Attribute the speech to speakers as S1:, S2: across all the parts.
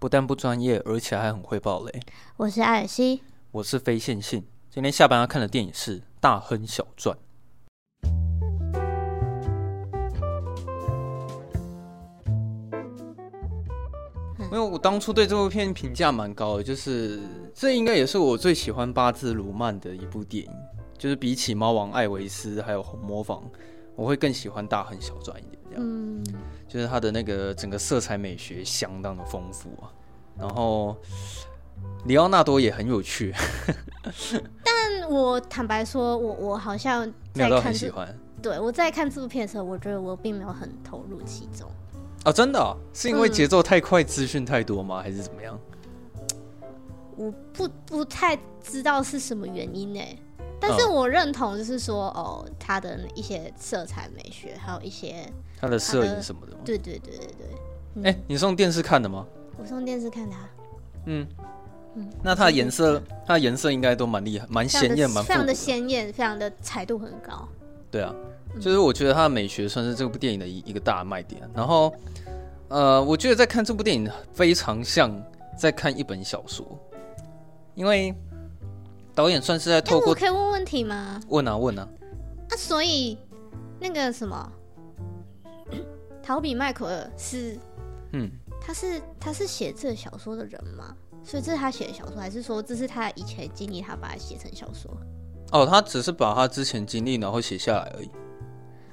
S1: 不但不专业，而且还很会爆雷。
S2: 我是艾尔西，
S1: 我是非线性，今天下班要看的电影是《大亨小传》。因为我当初对这部片评价蛮高的，就是这应该也是我最喜欢八字卢曼的一部电影，就是比起《猫王艾维斯》还有《红魔坊》，我会更喜欢《大亨小传》一点。这样，
S2: 嗯，
S1: 就是它的那个整个色彩美学相当的丰富啊。然后，里奥纳多也很 有趣，
S2: 但我坦白说，我我好像
S1: 没
S2: 在
S1: 有到
S2: 看
S1: 很喜
S2: 这，
S1: 欢
S2: 对我在看这部片的时候，我觉得我并没有很投入其中。
S1: 哦，真的哦、是因为
S2: 嗯
S1: 节奏太快、资讯太多吗？还是怎么样？
S2: 我不不太知道是什么原因呢、欸但是
S1: 嗯
S2: 我认同，就是说，哦，它的一些色彩美学，还有一些，
S1: 它的摄影什么的吗？
S2: 对对对对对，嗯
S1: 哎、你是用电视看的吗？
S2: 我从电视看啊它，
S1: 嗯，
S2: 嗯，
S1: 那它的
S2: 我从
S1: 颜
S2: 电视
S1: 色
S2: 看，
S1: 它的颜色应该都蛮厉害、蛮
S2: 非
S1: 鲜
S2: 常
S1: 艳、
S2: 的
S1: 蛮
S2: 非
S1: 复古
S2: 常的
S1: 的。
S2: 鲜艳，非常的彩度很高。
S1: 对啊，就是我觉得它的美学算是这部电影的一一个大卖点。然后，呃，我觉得在看这部电影非常像在看一本小说，因为导演算是在
S2: 哎，
S1: 透
S2: 我
S1: 过
S2: 可以问问题吗？
S1: 问啊问啊，
S2: 啊，所以那个什么， 陶比麦克尔是
S1: 嗯，
S2: 他是他是写这小说的人吗？所以这是他写的小说，还是说这是他以前的经历，他把它写成小说？
S1: 哦，他只是把他之前经历然后写下来而已。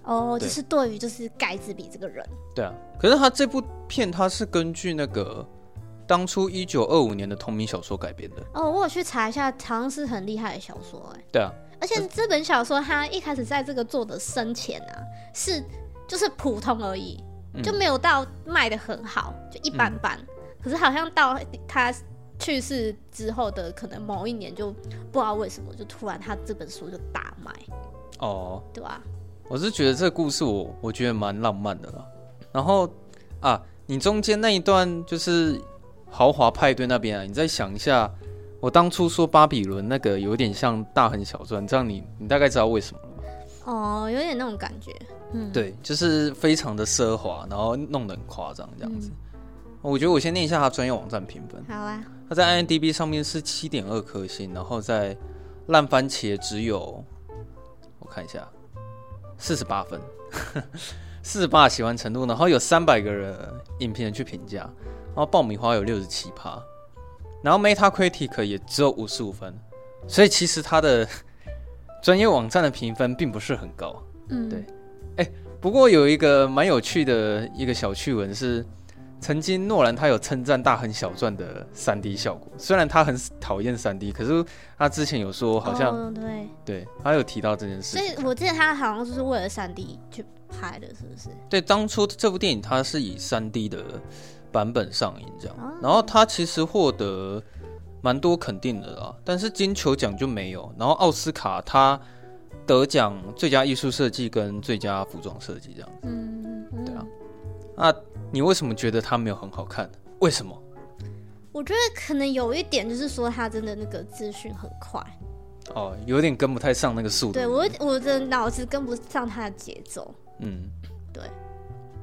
S2: 哦，就
S1: 对
S2: 是对于就是盖茨比这个人，
S1: 对啊，可是他这部片他是根据那个当初一九二五年的同名小说改编的。
S2: 哦，我有去查一下，好像是很厉害的小说哎、
S1: 对啊，
S2: 而且这本小说他一开始在这个作者生前啊，是就是普通而已，
S1: 嗯
S2: 就没有到卖的很好，就一般般。可是好像到他去世之后的可能某一年，就不知道为什么，就突然他这本书就大卖，
S1: 哦，
S2: 对吧、
S1: 我是觉得这个故事我我觉得蛮浪漫的啦。然后啊，你中间那一段就是豪华派对那边啊，你再想一下，我当初说巴比伦那个有点像大亨小传，这样你你大概知道为什么了吧？
S2: 哦，有点那种感觉，嗯，，
S1: 对，就是非常的奢华，然后弄得很夸张这样子。
S2: 嗯
S1: 我觉得我先念一下他专业网站评分。
S2: 好啊，
S1: 它在 IMDB 上面是七点二颗星，然后在烂番茄只有我看一下四十八分， 四十八喜欢程度，然后有三百个人影评人去评价，然后爆米花有六十七趴，然后 Metacritic 也只有五十五分，所以其实它的 专业网站的评分并不是很高。
S2: 嗯，
S1: 对不过有一个蛮有趣的一个小趣闻是，曾经诺兰他有称赞《大亨小传》的 3D 效果，虽然他很讨厌 3D，可是他之前有说好像、
S2: 哦、对，
S1: 对他有提到这件事
S2: 所
S1: 情。
S2: 以我记得他好像就是为了三 D 去拍的，是不是？
S1: 对，当初这部电影它是以 3D 的版本上映这样，
S2: 哦
S1: 然后它其实获得蛮多肯定的啦，但是金球奖就没有，然后奥斯卡它得奖最佳艺术设计跟最佳服装设计这样。
S2: 嗯，嗯
S1: 对啊那你为什么觉得它没有很好看？为什么？
S2: 我觉得可能有一点就是说他真的那个资讯很快，
S1: 哦，有点跟不太上那个速度。
S2: 对我我的脑子跟不上他的节奏。
S1: 嗯，
S2: 对。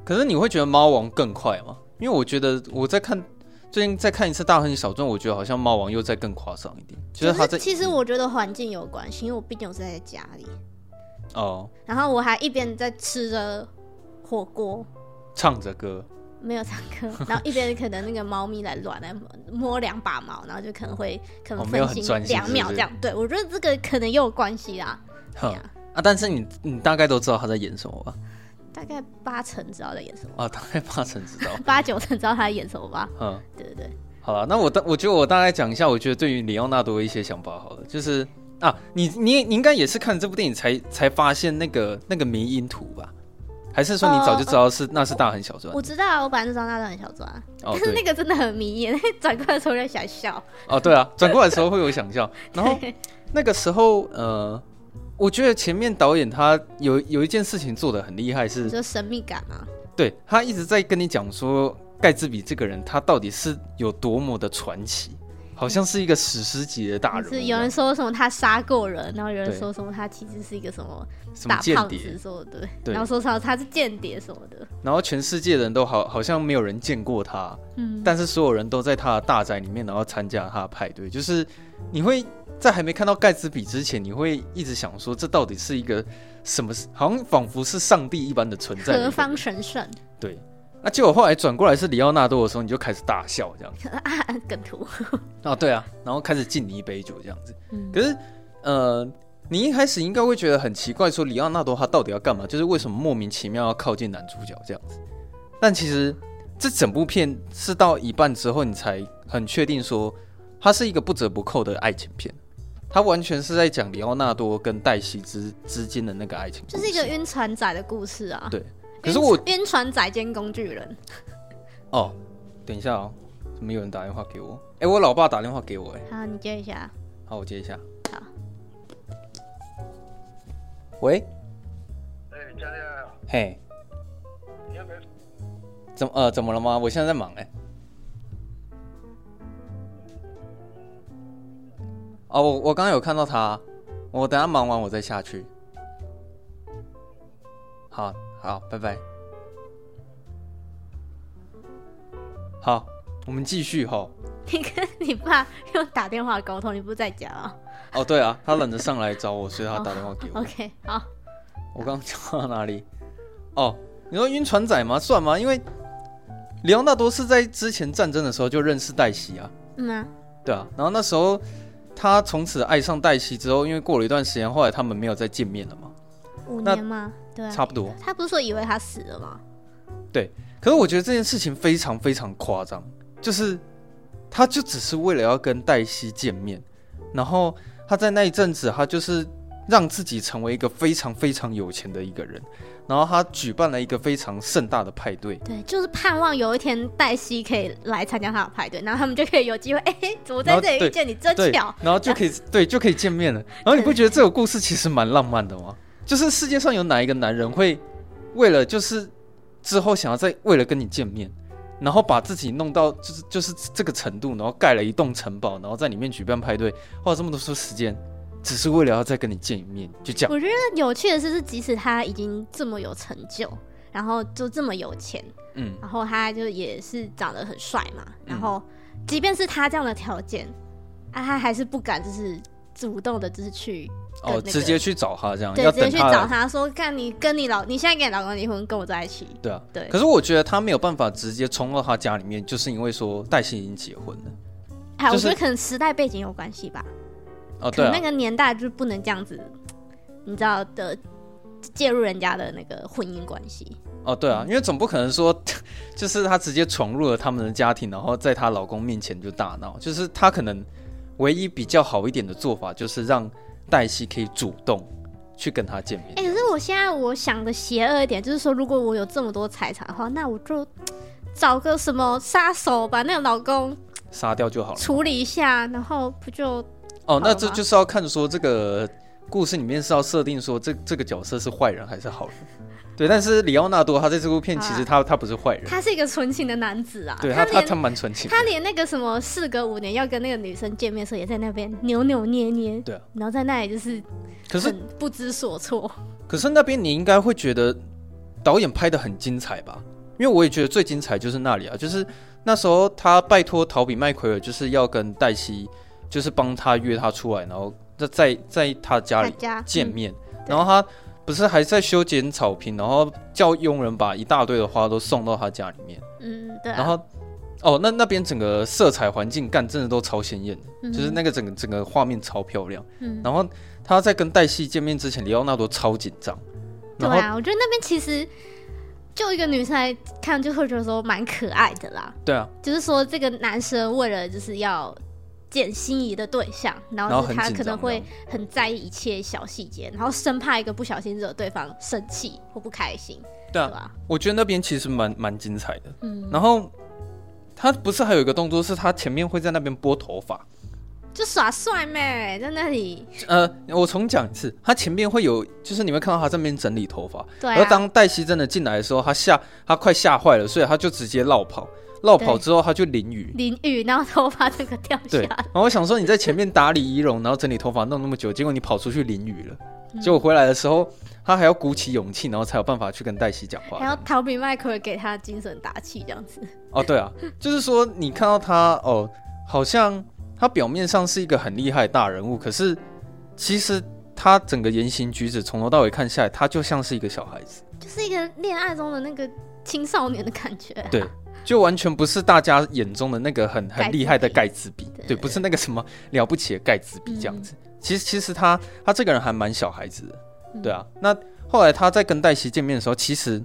S1: 可是你会觉得猫王更快吗？因为我觉得我在看最近再看一次《大亨小传》，我觉得好像猫王又再更夸张一点，就是他
S2: 可
S1: 在
S2: 是其实我觉得环境有关系，因为我毕竟我是在家里，
S1: 哦
S2: 然后我还一边在吃着火锅，
S1: 唱着歌。
S2: 没有唱歌，然后一边可能那个猫咪来乱来摸摸两把毛，然后就可能会可能
S1: 哦没有
S2: 分
S1: 很
S2: 心
S1: 专心
S2: 两秒
S1: 是不
S2: 这
S1: 是
S2: 样。对我觉得这个可能也有关系啦。对
S1: 哼
S2: 啊，
S1: 啊，但是你你大概都知道他在演什么吧？
S2: 大概八成知道在演什么，
S1: 啊，大概八成知道。
S2: 八九成知道他在演什么吧？
S1: 嗯，
S2: 对对对，
S1: 好了，那我大我觉得我大概讲一下，我觉得对于里奥纳多的一些想法好了，就是啊，你你也你应该也是看这部电影才才发现那个那个迷因图吧？还是说你
S2: 呃
S1: 早就知道是、那是大亨小传
S2: 我？知道啊，我本来就知道那段很小抓，
S1: 哦
S2: 但，是那
S1: 对，
S2: 个真的很迷 眼，转过来的时候我就想笑。
S1: 哦，对 啊，转过来的时候会有想象，然后那个时候呃，我觉得前面导演他有有一件事情做的很厉害是
S2: 你，说神秘感嘛，
S1: 对他一直在跟你讲说盖茨比这个人他到底是有多么的传奇，好像是一个史诗级的大
S2: 就
S1: 人物
S2: 是
S1: 一
S2: 有
S1: 样，
S2: 人说什么他杀过人，然后有人
S1: 对
S2: 说什么他其实是一个什么
S1: 什么
S2: 大
S1: 间
S2: 胖
S1: 谍
S2: 子，什么的，
S1: 对
S2: 然后说什么他是间谍什么的，
S1: 然后全世界的人都好好像没有人见过他，
S2: 嗯，
S1: 但是所有人都在他的大宅里面，然后参加他的派对。就是你会在还没看到盖茨比之前，你会一直想说，这到底是一个什么？好像仿佛是上帝一般的存在的一个
S2: 何
S1: 人。
S2: 方神圣？
S1: 对。那结果后来转过来是里奥纳多的时候，你就开始大笑这样子
S2: 梗图，
S1: 啊，对啊，然后开始敬你一杯酒这样子。
S2: 嗯
S1: 可是，呃，你一开始应该会觉得很奇怪，说里奥纳多他到底要干嘛？就是为什么莫名其妙要靠近男主角这样子？但其实这整部片是到一半之后，你才很确定说，它是一个不折不扣的爱情片。它完全是在讲里奥纳多跟黛西之之间的那个爱情故
S2: 就
S1: 事，
S2: 是一个晕船仔的故事啊。
S1: 对可是我
S2: 晕晕船仔兼工具人，
S1: 哦，等一下哦，怎么有人打电话给我？哎、我老爸打电话给我、哎，
S2: 好，你接一下。
S1: 好，我接一下。
S2: 好。
S1: 喂，
S3: 哎，教练，
S1: 嘿，
S3: 你要没有
S1: 怎么呃怎么了吗？我现在在忙哎、哦，我我刚刚有看到他，啊我等他忙完我再下去。好好，拜拜。好，我们继续哈。
S2: 你跟你爸用打电话沟通，你不是在家啊
S1: 哦，对啊，他懒得上来找我，所以他打电话给我。
S2: 哦？OK，好，
S1: 我刚刚讲到哪里？哦，你说晕船仔吗？算吗？因为里奥纳多是在之前战争的时候就认识黛西啊，
S2: 嗯啊，
S1: 对啊，然后那时候他从此爱上黛西之后，因为过了一段时间，后来他们没有再见面了嘛，
S2: 五
S1: 那
S2: 年吗？对啊，
S1: 差不多。
S2: 他不是说以为他死了吗？
S1: 可是我觉得这件事情非常非常夸张，就是他就只是为了要跟黛西见面，然后他在那一阵子，他就是让自己成为一个非常非常有钱的一个人，然后他举办了一个非常盛大的派对。
S2: 对，就是盼望有一天黛西可以来参加他的派对，然后他们就可以有机会，哎、怎么
S1: 然
S2: 在
S1: 后
S2: 这里
S1: 对
S2: 遇见你，真
S1: 对，
S2: 巧。
S1: 然后就可以对就可以见面了。然后你不觉得这个故事其实蛮浪漫的吗？就是世界上有哪一个男人会为了就是之后想要再为了跟你见面，然后把自己弄到就是就是这个程度，然后盖了一栋城堡，然后在里面举办派对，花了这么多时间，只是为了要再跟你见一面，就这样。
S2: 我觉得有趣的是，是即使他已经这么有成就，然后就这么有钱，
S1: 嗯，
S2: 然后他就也是长得很帅嘛，然后即便是他这样的条件，啊，他还是不敢就是主动的，就是去跟那
S1: 哦，
S2: 个
S1: 直接去找他这样，
S2: 对
S1: 哦要
S2: 直接
S1: 等
S2: 去
S1: 他
S2: 找
S1: 来。
S2: 他说，看你跟你老，你现在跟你老公离婚，跟我在一起，
S1: 对啊，
S2: 对
S1: 可是我觉得他没有办法直接冲到他家里面，就是因为说黛西已经结婚了。
S2: 哎，
S1: 就
S2: 我
S1: 是
S2: 觉得可能时代背景有关系吧。
S1: 哦，
S2: 可
S1: 对
S2: 能
S1: 啊
S2: 那，个年代就是不能这样子，你知道的，介入人家的那个婚姻关系。
S1: 哦，对啊，因为总不可能说， 就是她直接闯入了他们的家庭，然后在她老公面前就大闹。就是她可能唯一比较好一点的做法，就是让黛西可以主动去跟他见面。
S2: 哎、可是我现在我想的邪恶一点，就是说，如果我有这么多财产的话，那我就找个什么杀手把那个老公
S1: 杀掉就好了。
S2: 处理一下，然后不就
S1: 哦，那
S2: 好
S1: 这
S2: 吧
S1: 就是要看说这个故事里面是要设定说这这个角色是坏人还是好人。对，但是里奥纳多他在这部片其实他、他不是坏人，
S2: 啊他是一个纯情的男子啊？
S1: 对他他
S2: 连
S1: 他蛮纯情的。
S2: 他连那个什么事隔五年要跟那个女生见面的时候，也在那边扭扭捏捏，
S1: 对啊，
S2: 然后在那里就是
S1: 可是
S2: 很不知所措。
S1: 可是那边你应该会觉得导演拍的很精彩吧？因为我也觉得最精彩就是那里啊，就是那时候他拜托陶比麦奎尔，就是要跟黛西，就是帮他约他出来，然后在在在他家
S2: 大
S1: 里
S2: 家
S1: 见
S2: 嗯
S1: 面，
S2: 对
S1: 然后他不是还在修剪草坪，然后叫佣人把一大堆的花都送到他家里面，
S2: 嗯，对啊、
S1: 然后哦，那那边整个色彩环境干真的都超鲜艳的，就是那个整个整个画面超漂亮。
S2: 嗯
S1: 然后他在跟黛西见面之前，里奥纳多超紧张，然
S2: 对啊
S1: 后
S2: 啊，我觉得那边其实就一个女生来看，就会觉得说蛮可爱的啦。
S1: 对啊，
S2: 就是说这个男生为了就是要捡心仪的对象，然
S1: 然
S2: 后
S1: 后
S2: 是
S1: 很
S2: 他
S1: 紧
S2: 可能
S1: 张
S2: 会
S1: 这
S2: 很在意一切小细节，然后生怕一个不小心惹对方生气或不开心，对
S1: 对啊，
S2: 吧？
S1: 我觉得那边其实蛮蛮精彩的。
S2: 嗯，
S1: 然后他不是还有一个动作，是他前面会在那边拨头发。
S2: 就耍帅妹在那里，
S1: 呃，我重讲一次，他前面会有，就是你会看到他这边整理头发，
S2: 对
S1: 而
S2: 啊，
S1: 当黛西真的进来的时候，他吓，他快吓坏了，所以他就直接绕跑，绕跑
S2: 对
S1: 之后他就淋雨。
S2: 淋雨，然后头发整个掉下
S1: 对，
S2: 来
S1: 然，后我想说你在前面打理仪容，然后整理头发弄那么久，结果你跑出去淋雨了，
S2: 嗯
S1: 结果回来的时候他还要鼓起勇气，然后才有办法去跟黛西讲话。
S2: 还要逃避迈克尔给他精神打气，这样子。
S1: 哦，对啊，就是说你看到他哦，好像他表面上是一个很厉害的大人物，可是其实他整个言行举止从头到尾看下来，他就像是一个小孩子，
S2: 就是一个恋爱中的那个青少年的感觉、
S1: 对就完全不是大家眼中的那个很
S2: 盖
S1: 很
S2: 茨
S1: 厉害的
S2: 比
S1: 盖茨比，
S2: 对
S1: 对，不是那个什么了不起的盖茨比这样子。其实其实他他这个人还蛮小孩子的，
S2: 嗯
S1: 对啊。那后来他在跟黛西见面的时候，其实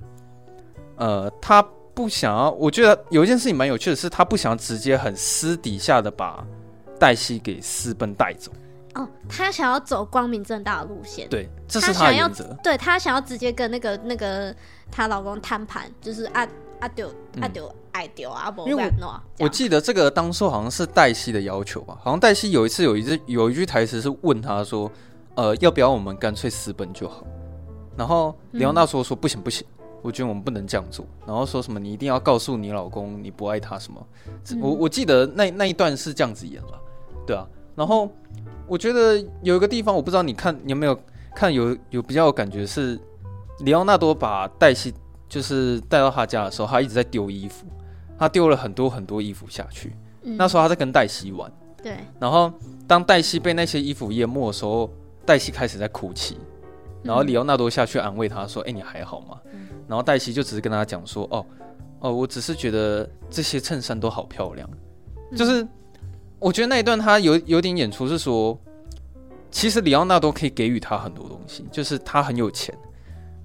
S1: 呃他。不想要，我觉得有一件事情蛮有趣的是，他不想直接很私底下的把黛西给私奔带走。
S2: 哦，他想要走光明正大的路线，
S1: 对，这
S2: 他
S1: 是他的
S2: 想要
S1: 原则。
S2: 对她想要直接跟那个那个她老公摊盘，就是啊啊丢啊丢爱丢啊不
S1: 因为我
S2: 然弄啊，这
S1: 嗯我
S2: 样
S1: 记得这个当初好像是黛西的要求吧，好像黛西有一次有一句有一句台词是问他说，呃，要不要我们干脆私奔就好？然后
S2: 嗯
S1: 李奥纳说说不行不行，我觉得我们不能这样做。然后说什么你一定要告诉你老公你不爱他什么？这我
S2: 嗯
S1: 我记得那那一段是这样子演了，对啊。然后我觉得有一个地方我不知道你看你有没有看有有比较有感觉是里奥纳多把黛西就是带到他家的时候，他一直在丢衣服，他丢了很多很多衣服下去。
S2: 嗯
S1: 那时候他在跟黛西玩，
S2: 对
S1: 然后当黛西被那些衣服淹没的时候，黛西开始在哭泣，然后里奥纳多下去安慰她说：“哎、你还好吗？”
S2: 嗯
S1: 然后黛西就只是跟他讲说：“哦，哦，我只是觉得这些衬衫都好漂亮。”就是我觉得那一段他有有点演出是说，其实里奥纳多可以给予他很多东西，就是他很有钱，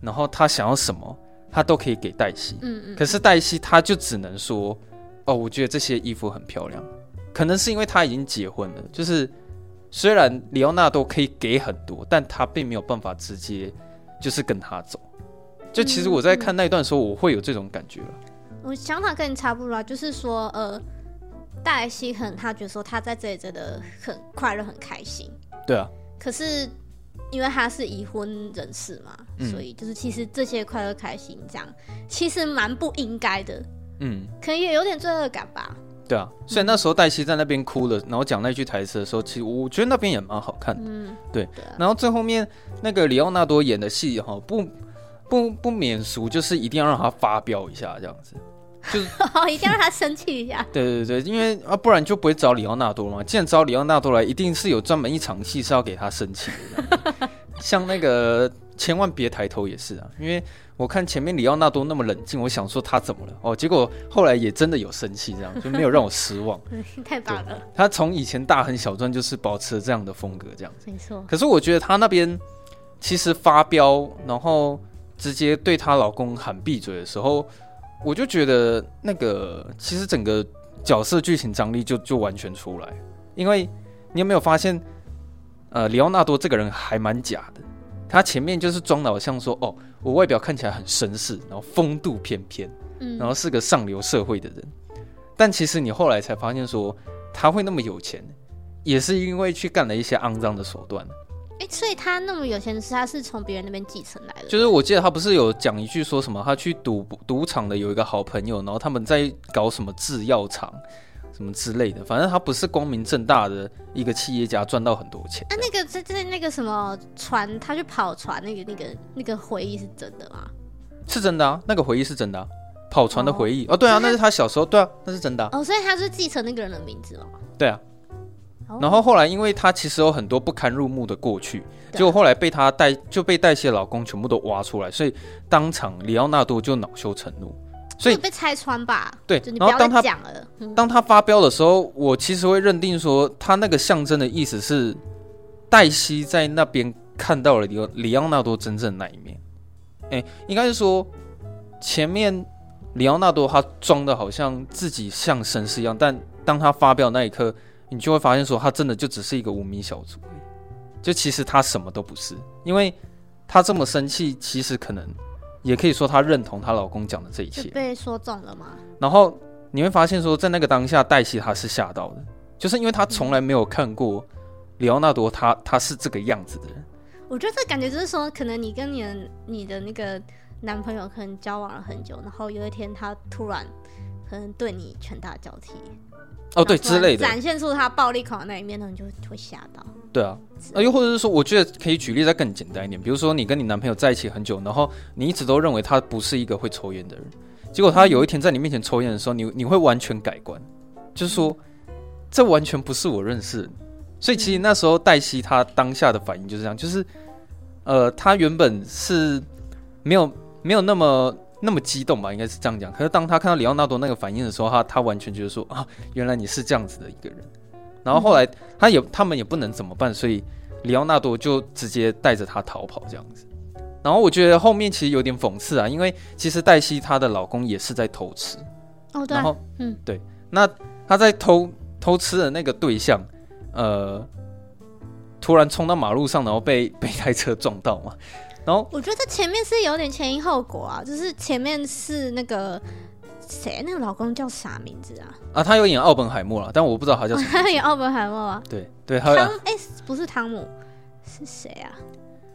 S1: 然后他想要什么，他都可以给黛西。
S2: 嗯嗯，
S1: 可是黛西她就只能说，哦，我觉得这些衣服很漂亮。可能是因为她已经结婚了，就是虽然里奥纳多可以给很多，但他并没有办法直接就是跟他走。就其实我在
S2: 嗯
S1: 看那一段的时候，我会有这种感觉了。
S2: 我想法跟你差不多啦，就是说呃，黛西可能她觉得说她在这里真的很快乐很开心，
S1: 对啊，
S2: 可是因为他是已婚人士嘛，
S1: 嗯
S2: 所以就是其实这些快乐开心这样，其实蛮不应该的，
S1: 嗯，
S2: 可能也有点罪恶感吧。
S1: 对啊。所以那时候黛西在那边哭了，然后讲那句台词的时候，其实我觉得那边也蛮好看的。
S2: 嗯，
S1: 对
S2: 对啊，
S1: 然后最后面那个里奥纳多演的戏哈，不不不免俗，就是一定要让他发飙一下这样子。
S2: 一定要让他生气一下。
S1: 对对对，因为啊，不然就不会找里奥纳多嘛。既然找里奥纳多来，一定是有专门一场戏是要给他生气的。 像那个千万别抬头也是啊，因为我看前面里奥纳多那么冷静，我想说他怎么了哦，结果后来也真的有生气，这样就没有让我失望。
S2: 太棒了，
S1: 他从以前大亨小传就是保持这样的风格，这样。
S2: 没错，
S1: 可是我觉得她那边其实发飙，然后直接对她老公喊闭嘴的时候，我就觉得那个其实整个角色剧情张力就就完全出来，因为你有没有发现，呃，里奥纳多这个人还蛮假的。他前面就是装的好像说哦，我外表看起来很绅士，然后风度翩翩，
S2: 嗯，
S1: 然后是个上流社会的人。但其实你后来才发现说，他会那么有钱，也是因为去干了一些肮脏的手段。
S2: 哎、所以他那么有钱是他是从别人那边继承来的，
S1: 就是我记得他不是有讲一句说什么，他去赌赌场的有一个好朋友，然后他们在搞什么制药厂，什么之类的，反正他不是光明正大的一个企业家，赚到很多钱。
S2: 啊，那个在在那个什么船，他去跑船那个那个那个回忆是真的吗？
S1: 是真的啊，那个回忆是真的、啊， 跑船的回忆哦对
S2: 所
S1: 啊
S2: 以，他
S1: 那是他小时候，对啊，那是真的啊、
S2: 哦，所以他是继承那个人的名字哦。
S1: 对啊。
S2: 哦
S1: 然后后来，因为他其实有很多不堪入目的过去，
S2: 对
S1: 结果后来被他带就被黛西的老公全部都挖出来，所以当场里奥纳多就恼羞成怒，所以
S2: 就被拆穿吧？
S1: 对
S2: 就你
S1: 然
S2: 不
S1: 后
S2: 要
S1: 当他
S2: 再讲了。嗯，
S1: 当他发飙的时候，我其实会认定说，他那个象征的意思是，黛西在那边看到了里奥里奥纳多真正的那一面。哎，应该是说，前面里奥纳多他装的好像自己像神是一样，但当他发表那一刻，你就会发现说他真的就只是一个无名小卒而已，就其实他什么都不是，因为他这么生气，其实可能也可以说她认同她老公讲的这一
S2: 就
S1: 切，
S2: 被说中了吗？
S1: 然后你会发现说，在那个当下，黛西她是吓到的，就是因为她从来没有看过里奥纳多他他是这个样子的人，哦
S2: 我觉得这感觉就是说，可能你跟你的你的那个男朋友可能交往了很久，然后有一天他突然可能对你拳打脚踢，
S1: 哦
S2: 然后突
S1: 对之
S2: 然
S1: 类的，
S2: 展现出他暴力狂的那一面，然后你就会吓到。
S1: 对啊，啊又或者是说，我觉得可以举例再更简单一点，比如说你跟你男朋友在一起很久，然后你一直都认为他不是一个会抽烟的人，结果他有一天在你面前抽烟的时候，你你会完全改观，就是说这完全不是我认识的人，所以其实那时候黛西她当下的反应就是这样，就是呃，她原本是没有没有那么。那么激动吧，应该是这样讲。可是当她看到里奥纳多那个反应的时候，她她完全觉得说啊，原来你是这样子的一个人。然后后
S2: 嗯
S1: 来他也他们也不能怎么办，所以里奥纳多就直接带着她逃跑这样子。然后我觉得后面其实有点讽刺啊，因为其实黛西她的老公也是在偷吃，
S2: 哦，对、
S1: 然
S2: 啊，
S1: 后
S2: 嗯，
S1: 对，那她在偷偷吃的那个对象，呃，突然冲到马路上，然后被被一台车撞到嘛，然后
S2: 我觉得前面是有点前因后果啊，就是前面是那个谁，那个老公叫啥名字啊？
S1: 啊，她有演奥本海默了，但我不知道她叫什么，
S2: 他演奥本海默啊，
S1: 对对，她
S2: 汤
S1: 有演
S2: 哎、不是汤姆，是谁啊？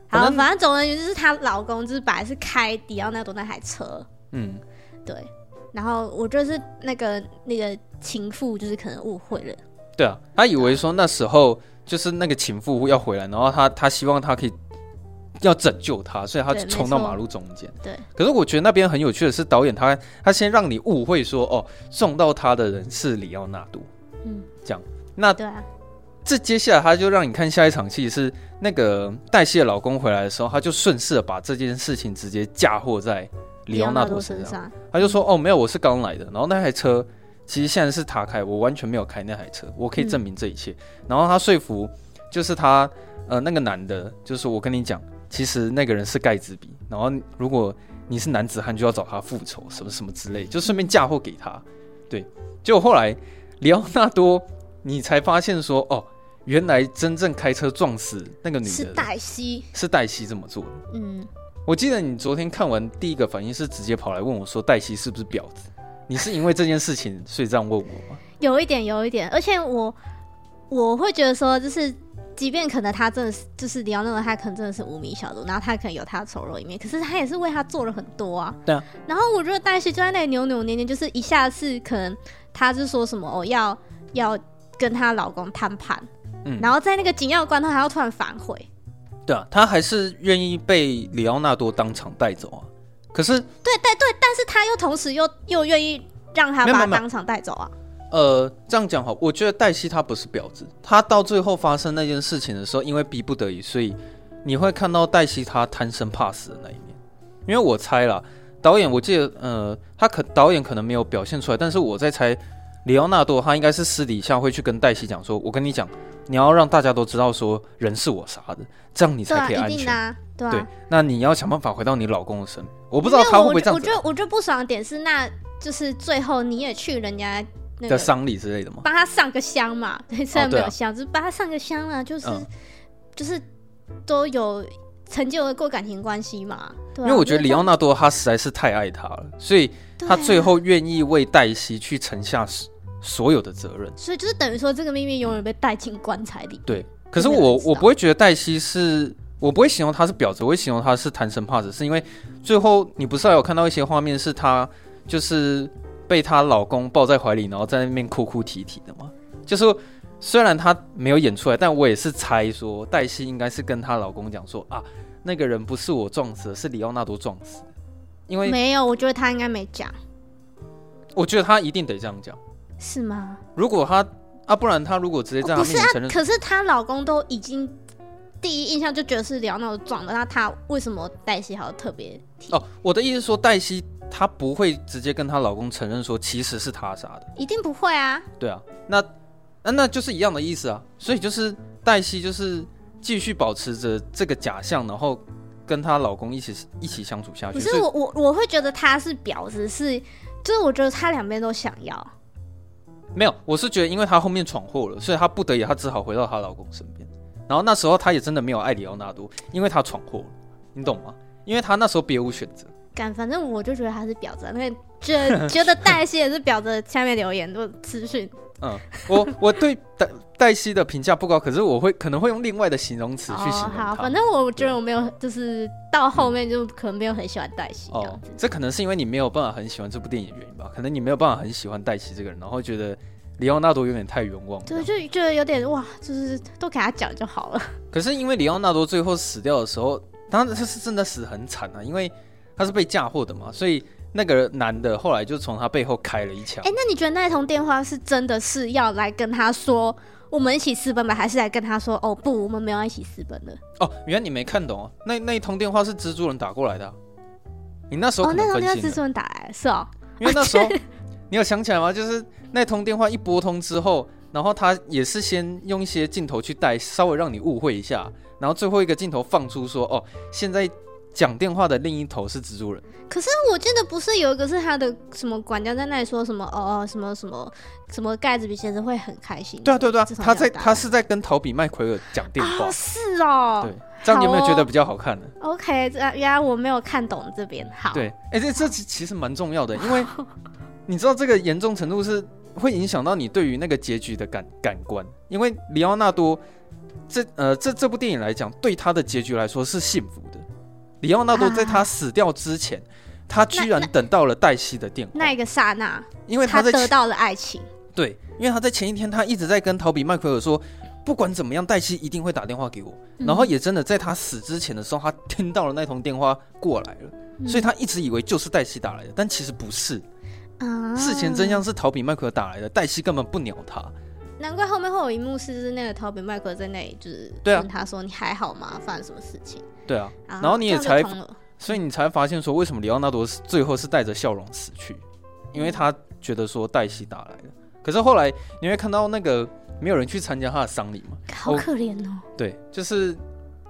S1: 反
S2: 好，
S1: 正
S2: 反正总而言之是她老公，就是本来是开迪奥纳多那台车，
S1: 嗯，
S2: 对。然后我就是那个那个情妇，就是可能误会了，
S1: 对啊，他以为说那时候就是那个情妇要回来，然后他他希望他可以要拯救他，所以他
S2: 对
S1: 就冲到
S2: 没错
S1: 马路中间。
S2: 对，
S1: 可是我觉得那边很有趣的是，导演他他先让你误会说哦，撞到他的人是里奥纳多。
S2: 嗯，
S1: 那
S2: 对啊，
S1: 这接下来他就让你看下一场戏是那个黛西的老公回来的时候，他就顺势的把这件事情直接嫁祸在里奥纳多啊身
S2: 身
S1: 上。
S2: 上，
S1: 他就说：“哦，没有，我是刚来的。然后那台车其实现在是他开，我完全没有开那台车，我可以证明这一切。
S2: 嗯
S1: 然后他说服，就是他呃那个男的，就是我跟你讲，其实那个人是盖茨比。然后如果你是男子汉，就要找他复仇，什么什么之类，就顺便嫁祸给他。对，结果后来里奥纳多，你才发现说，哦，原来真正开车撞死那个女
S2: 是
S1: 的
S2: 黛西，
S1: 是黛西这么做的。
S2: 嗯，
S1: 我记得你昨天看完第一个反应是直接跑来问我说：“黛西是不是婊子？”你是因为这件事情所以这样问我吗？
S2: 有一点，有一点，而且我我会觉得说，就是即便可能他真的是，就是里奥纳多，他可能真的是无名小卒，然后他可能有他丑陋一面，可是他也是为他做了很多啊。
S1: 对啊。
S2: 然后我觉得黛西就在那里扭扭捏捏，就是一下是可能他是说什么哦要要跟她老公摊盘，
S1: 嗯
S2: 然后在那个紧要关头，还要突然反悔。
S1: 对啊，他还是愿意被里奥纳多当场带走啊。可是，
S2: 对对对，但是他又同时又又愿意让他
S1: 没有
S2: 把他
S1: 没有
S2: 当场带走啊。
S1: 呃，这样讲好，我觉得黛西她不是婊子，她到最后发生那件事情的时候，因为逼不得已，所以你会看到黛西她贪生怕死的那一面。因为我猜啦，导演我记得，呃，他可导演可能没有表现出来，但是我在猜，里奥纳多他应该是私底下会去跟黛西讲说，我跟你讲，你要让大家都知道说人是我杀的，这样你
S2: 对
S1: 才
S2: 啊，
S1: 可以安
S2: 一定
S1: 全。
S2: 的啊，对啊。
S1: 对，那你要想办法回到你老公的身边。我不知道他会不会这样
S2: 我
S1: 子
S2: 觉得我觉得不爽的点是，那就是最后你也去人家那
S1: 的
S2: 个
S1: 丧礼之类的吗？
S2: 帮他上个香嘛，对，虽然没
S1: 对啊
S2: 有香，就是帮他上个香啊，就是、
S1: 嗯
S2: 就是都有曾经有过感情关系嘛，对啊、
S1: 因为我觉得里奥
S2: 那
S1: 纳多他实在是太爱她了，所以
S2: 啊
S1: 他最，后愿意为黛西去承下所有的责任。
S2: 所以就是等于说这个秘密永远被带进棺材里，
S1: 对，可是
S2: 没有人
S1: 我
S2: 知道
S1: 我不会觉得黛西是，我不会形容她是婊子，我会形容她是贪生怕死，是因为最后你不是还有看到一些画面是她就是被她老公抱在怀里，然后在那边哭哭啼啼的吗？就是说虽然她没有演出来，但我也是猜说黛西应该是跟她老公讲说啊，那个人不是我撞死的，是里奥纳多撞死的，因为
S2: 没有，我觉得他应该没讲，
S1: 我觉得她一定得这样讲。
S2: 是吗？
S1: 如果她啊，不然她如果直接在她
S2: 不
S1: 面
S2: 是
S1: 前
S2: 啊
S1: 承认，，
S2: 可是她老公都已经第一印象就觉得是聊那种撞的，那她为什么黛西还要特别提？
S1: 哦，我的意思是说，黛西她不会直接跟她老公承认说其实是她杀的，
S2: 一定不会啊，
S1: 对啊，那那那就是一样的意思啊，所以就是黛西就是继续保持着这个假象，然后跟她老公一起一起相处下去。
S2: 不是
S1: 所以
S2: 我我我会觉得他是婊子，是就是我觉得他两边都想要，
S1: 没有，我是觉得因为她后面闯祸了，所以她不得已她只好回到她老公身边。然后那时候她也真的没有爱里奥纳多，因为她闯祸了，你懂吗？因为她那时候别无选择。
S2: 干反正我就觉得他是婊子啊。那个 觉觉得黛西也是婊子，下面留言都资讯。
S1: 嗯，我我对黛黛西的评价不高，可是我会可能会用另外的形容词去形容她。
S2: 哦好，反正我觉得我没有，就是到后面就可能没有很喜欢黛西这
S1: 哦
S2: 样子。，
S1: 这可能是因为你没有办法很喜欢这部电影的原因吧？可能你没有办法很喜欢黛西这个人，然后觉得里奥纳多有点太冤枉了。
S2: 对，就觉得有点哇，就是都给他讲就好了。
S1: 可是因为里奥纳多最后死掉的时候，当然他是真的死很惨啊，因为他是被嫁祸的嘛，所以那个男的后来就从他背后开了一枪。
S2: 哎、那你觉得那一通电话是真的是要来跟他说我们一起私奔吧，还是来跟他说哦不，我们没有要一起私奔的？
S1: 哦，原来你没看懂哦，那那一通电话是蜘蛛人打过来的啊、你那时
S2: 哦
S1: 候可，能
S2: 那通
S1: 分
S2: 电话
S1: 心
S2: 是
S1: 了，
S2: 真打来的，是哦。
S1: 因为那时候你有想起来吗？就是那通电话一拨通之后，然后他也是先用一些镜头去带，稍微让你误会一下，然后最后一个镜头放出说，哦，现在讲电话的另一头是蜘蛛人。
S2: 可是我记得不是有一个是他的什么管家在那里说什么哦哦什么什么什么盖茨比先生会很开心。
S1: 对啊，对啊对啊，
S2: 自从
S1: 他在
S2: 长大
S1: 他是在跟陶比麦奎尔讲电话。
S2: 哦是哦
S1: 对，这样你有没有
S2: 好哦
S1: 觉得比较好看呢？
S2: ，OK，这原来我没有看懂这边。好，
S1: 对，哎、这这其其实蛮重要的，因为你知道这个严重程度是会影响到你对于那个结局的感感官，因为里奥纳多这呃这这部电影来讲，对他的结局来说是幸福的。里奥纳多在他
S2: 啊
S1: 死掉之前，他居
S2: 那
S1: 然等到了黛西的电话，
S2: 那一个刹那，
S1: 因为
S2: 他
S1: 在
S2: 得
S1: 前
S2: 到了爱情。
S1: 对，因为他在前一天他一直在跟陶比麦奎尔说，不管怎么样，黛西一定会打电话给我。然
S2: 嗯
S1: 后也真的在他死之前的时候，他听到了那通电话过来了，
S2: 嗯
S1: 所以他一直以为就是黛西打来的，但其实不是。
S2: 啊
S1: 事前真相是陶比麦奎尔打来的，黛西根本不鸟他。
S2: 难怪后面会有一幕是，就是那个陶比麦克在那里，就是
S1: 对啊
S2: 问他说：“你还好吗？发生什么事情
S1: 对啊，？”
S2: 啊
S1: 然后你也
S2: 这样就
S1: 才哦
S2: 通了
S1: 所以你才发现说，为什么里奥纳多是最后是带着笑容死去，因为他觉得说黛西打来的。可是后来你会看到那个没有人去参加他的丧礼嘛？
S2: 好可怜哦。
S1: 对，就是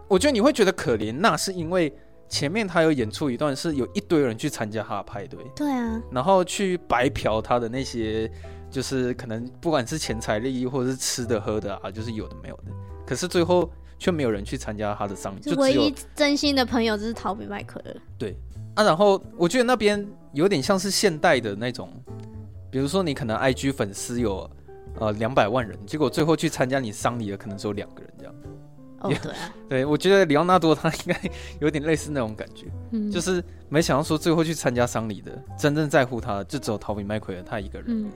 S1: 我觉得你会觉得可怜，那是因为前面他有演出一段是有一堆人去参加他的派对，
S2: 对啊，
S1: 然后去白嫖他的那些，就是可能不管是钱财利益或者是吃的喝的啊，就是有的没有的，可是最后却没有人去参加他的丧礼，就
S2: 就
S1: 只
S2: 唯
S1: 有
S2: 一真心的朋友就是陶比麦克了。
S1: 啊，然后我觉得那边有点像是现代的那种，比如说你可能 IG 粉丝有呃两百万人，结果最后去参加你丧礼的可能只有两个人这样。
S2: 哦
S1: Yeah，
S2: 对啊，
S1: 对，我觉得里奥纳多他应该 有点类似那种感觉。
S2: 嗯，
S1: 就是没想到说最后去参加丧礼的，真正在乎他的就只有逃避麦奎尔他一个人、
S2: 嗯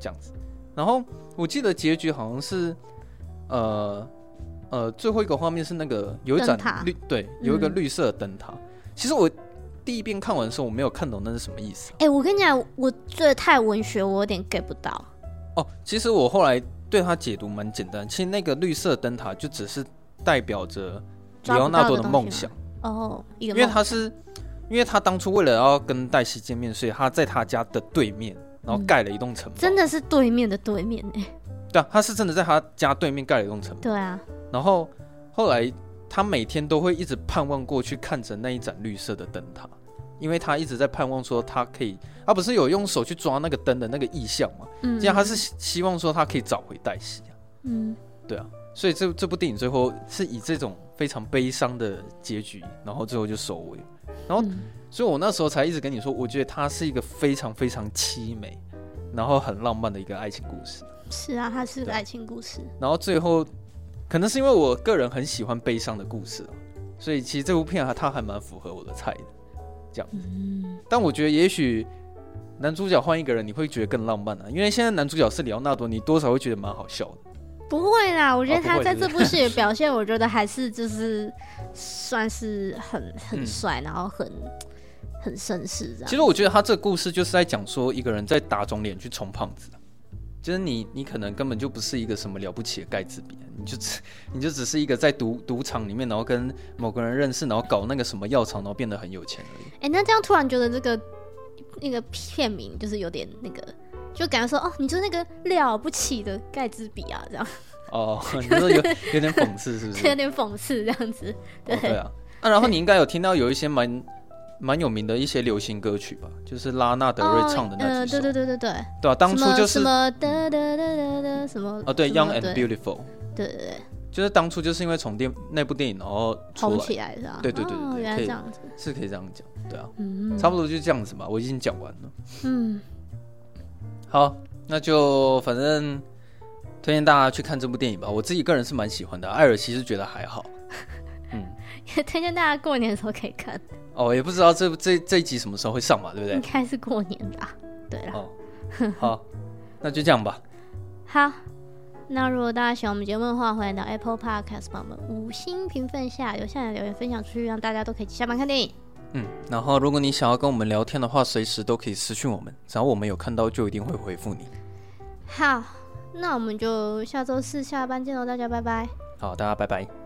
S1: 这样子。然后我记得结局好像是，呃呃，最后一个画面是那个有一盏
S2: 灯塔
S1: 绿，对，有一个
S2: 嗯
S1: 绿色的灯塔。其实我第一遍看完的时候，我没有看懂那是什么意思啊、
S2: 哎、我跟你讲，我觉得太文学，我有点 get 不到。
S1: 哦，其实我后来对它解读蛮简单，其实那个绿色灯塔就只是代表着里
S2: 抓不
S1: 奥纳
S2: 到
S1: 多
S2: 的
S1: 的
S2: 东
S1: 梦
S2: 西
S1: 想
S2: 吗。哦，一个
S1: 因为
S2: 梦，
S1: 他是，因为他当初为了要跟黛西见面，所以他在他家的对面，然后
S2: 嗯
S1: 盖了一栋城堡。
S2: 真？的是对面的对面哎、
S1: 对啊，他是真的在他家对面盖了一栋城堡。
S2: 对啊，
S1: 然后后来他每天都会一直盼望过去看着那一盏绿色的灯塔，因为他一直在盼望说他可以，他不是有用手去抓那个灯的那个意象嘛？
S2: 嗯，
S1: 这样啊他是希希望说他可以找回黛西啊。
S2: 嗯，
S1: 对啊，所以这这部电影最后是以这种非常悲伤的结局，然后最后就收尾。然后
S2: 嗯
S1: 所以我那时候才一直跟你说，我觉得它是一个非常非常凄美，然后很浪漫的一个爱情故事。
S2: 是啊，它是个
S1: 对
S2: 爱情故事。
S1: 然后最后，可能是因为我个人很喜欢悲伤的故事啊，所以其实这部片啊，它还蛮符合我的菜的。
S2: 嗯，
S1: 但我觉得也许男主角换一个人，你会觉得更浪漫啊，因为现在男主角是里奥纳多，你多少会觉得蛮好笑的。
S2: 不会啦，我觉
S1: 哦
S2: 得
S1: 不
S2: 他
S1: 会
S2: 在
S1: 是不
S2: 这
S1: 是
S2: 部 戏的表现，我觉得还是就是算是很
S1: 嗯
S2: 很帅，然后很很绅士这样。
S1: 其实我觉得他这个故事就是在讲说，一个人在打肿脸去充胖子啊，就是你，你可能根本就不是一个什么了不起的盖茨比啊，你就只 你就只是一个在赌赌场里面，然后跟某个人认识，然后搞那个什么药厂，然后变得很有钱而已。
S2: 哎、那这样突然觉得这个那个片名就是有点那个，就感觉说哦，你就是那个了不起的盖茨比啊，这样
S1: 哦，你说有有点讽刺是不是？
S2: 有点讽刺这样子。
S1: 哦对啊，啊，然后你应该有听到有一些蛮蛮有名的一些流行歌曲吧，就是拉纳德瑞唱的那
S2: 呃，
S1: 几首，
S2: 对对对对对，
S1: 对啊，当初就
S2: 什么什
S1: 是
S2: 么哒哒哒哒哒什么
S1: 哦，对
S2: 什
S1: ，Young
S2: 么
S1: and
S2: 对
S1: Beautiful，
S2: 对对对，
S1: 就是当初就是因为从电那部电影然后出
S2: 红
S1: 来，
S2: 起来是吧？
S1: 对对对对
S2: 哦
S1: 对
S2: 原来
S1: 可
S2: 这
S1: 以
S2: 样子，
S1: 是可以这样讲，对啊，
S2: 嗯，
S1: 差不多就这样子吧，我已经讲完了。
S2: 嗯，
S1: 好，那就反正推荐大家去看这部电影吧，我自己个人是蛮喜欢的，艾尔其实觉得还好，嗯。
S2: 也推荐大家过年的时候可以看，
S1: 哦，也不知道这这这一集什么时候会上嘛，对不
S2: 应
S1: 对？
S2: 该是过年吧？对啦，
S1: 哦，好， 那就这样吧。
S2: 好。那如果大家喜欢我们节目的话，欢迎到 Apple Podcast 帮我们五星评分下，留下来留言分享出去，让大家都可以下班看电影。
S1: 嗯，然后如果你想要跟我们聊天的话，随时都可以私讯我们，只要我们有看到就一定会回复你。
S2: 好，那我们就下周四下班见喽，大家拜拜。
S1: 好，大家拜拜。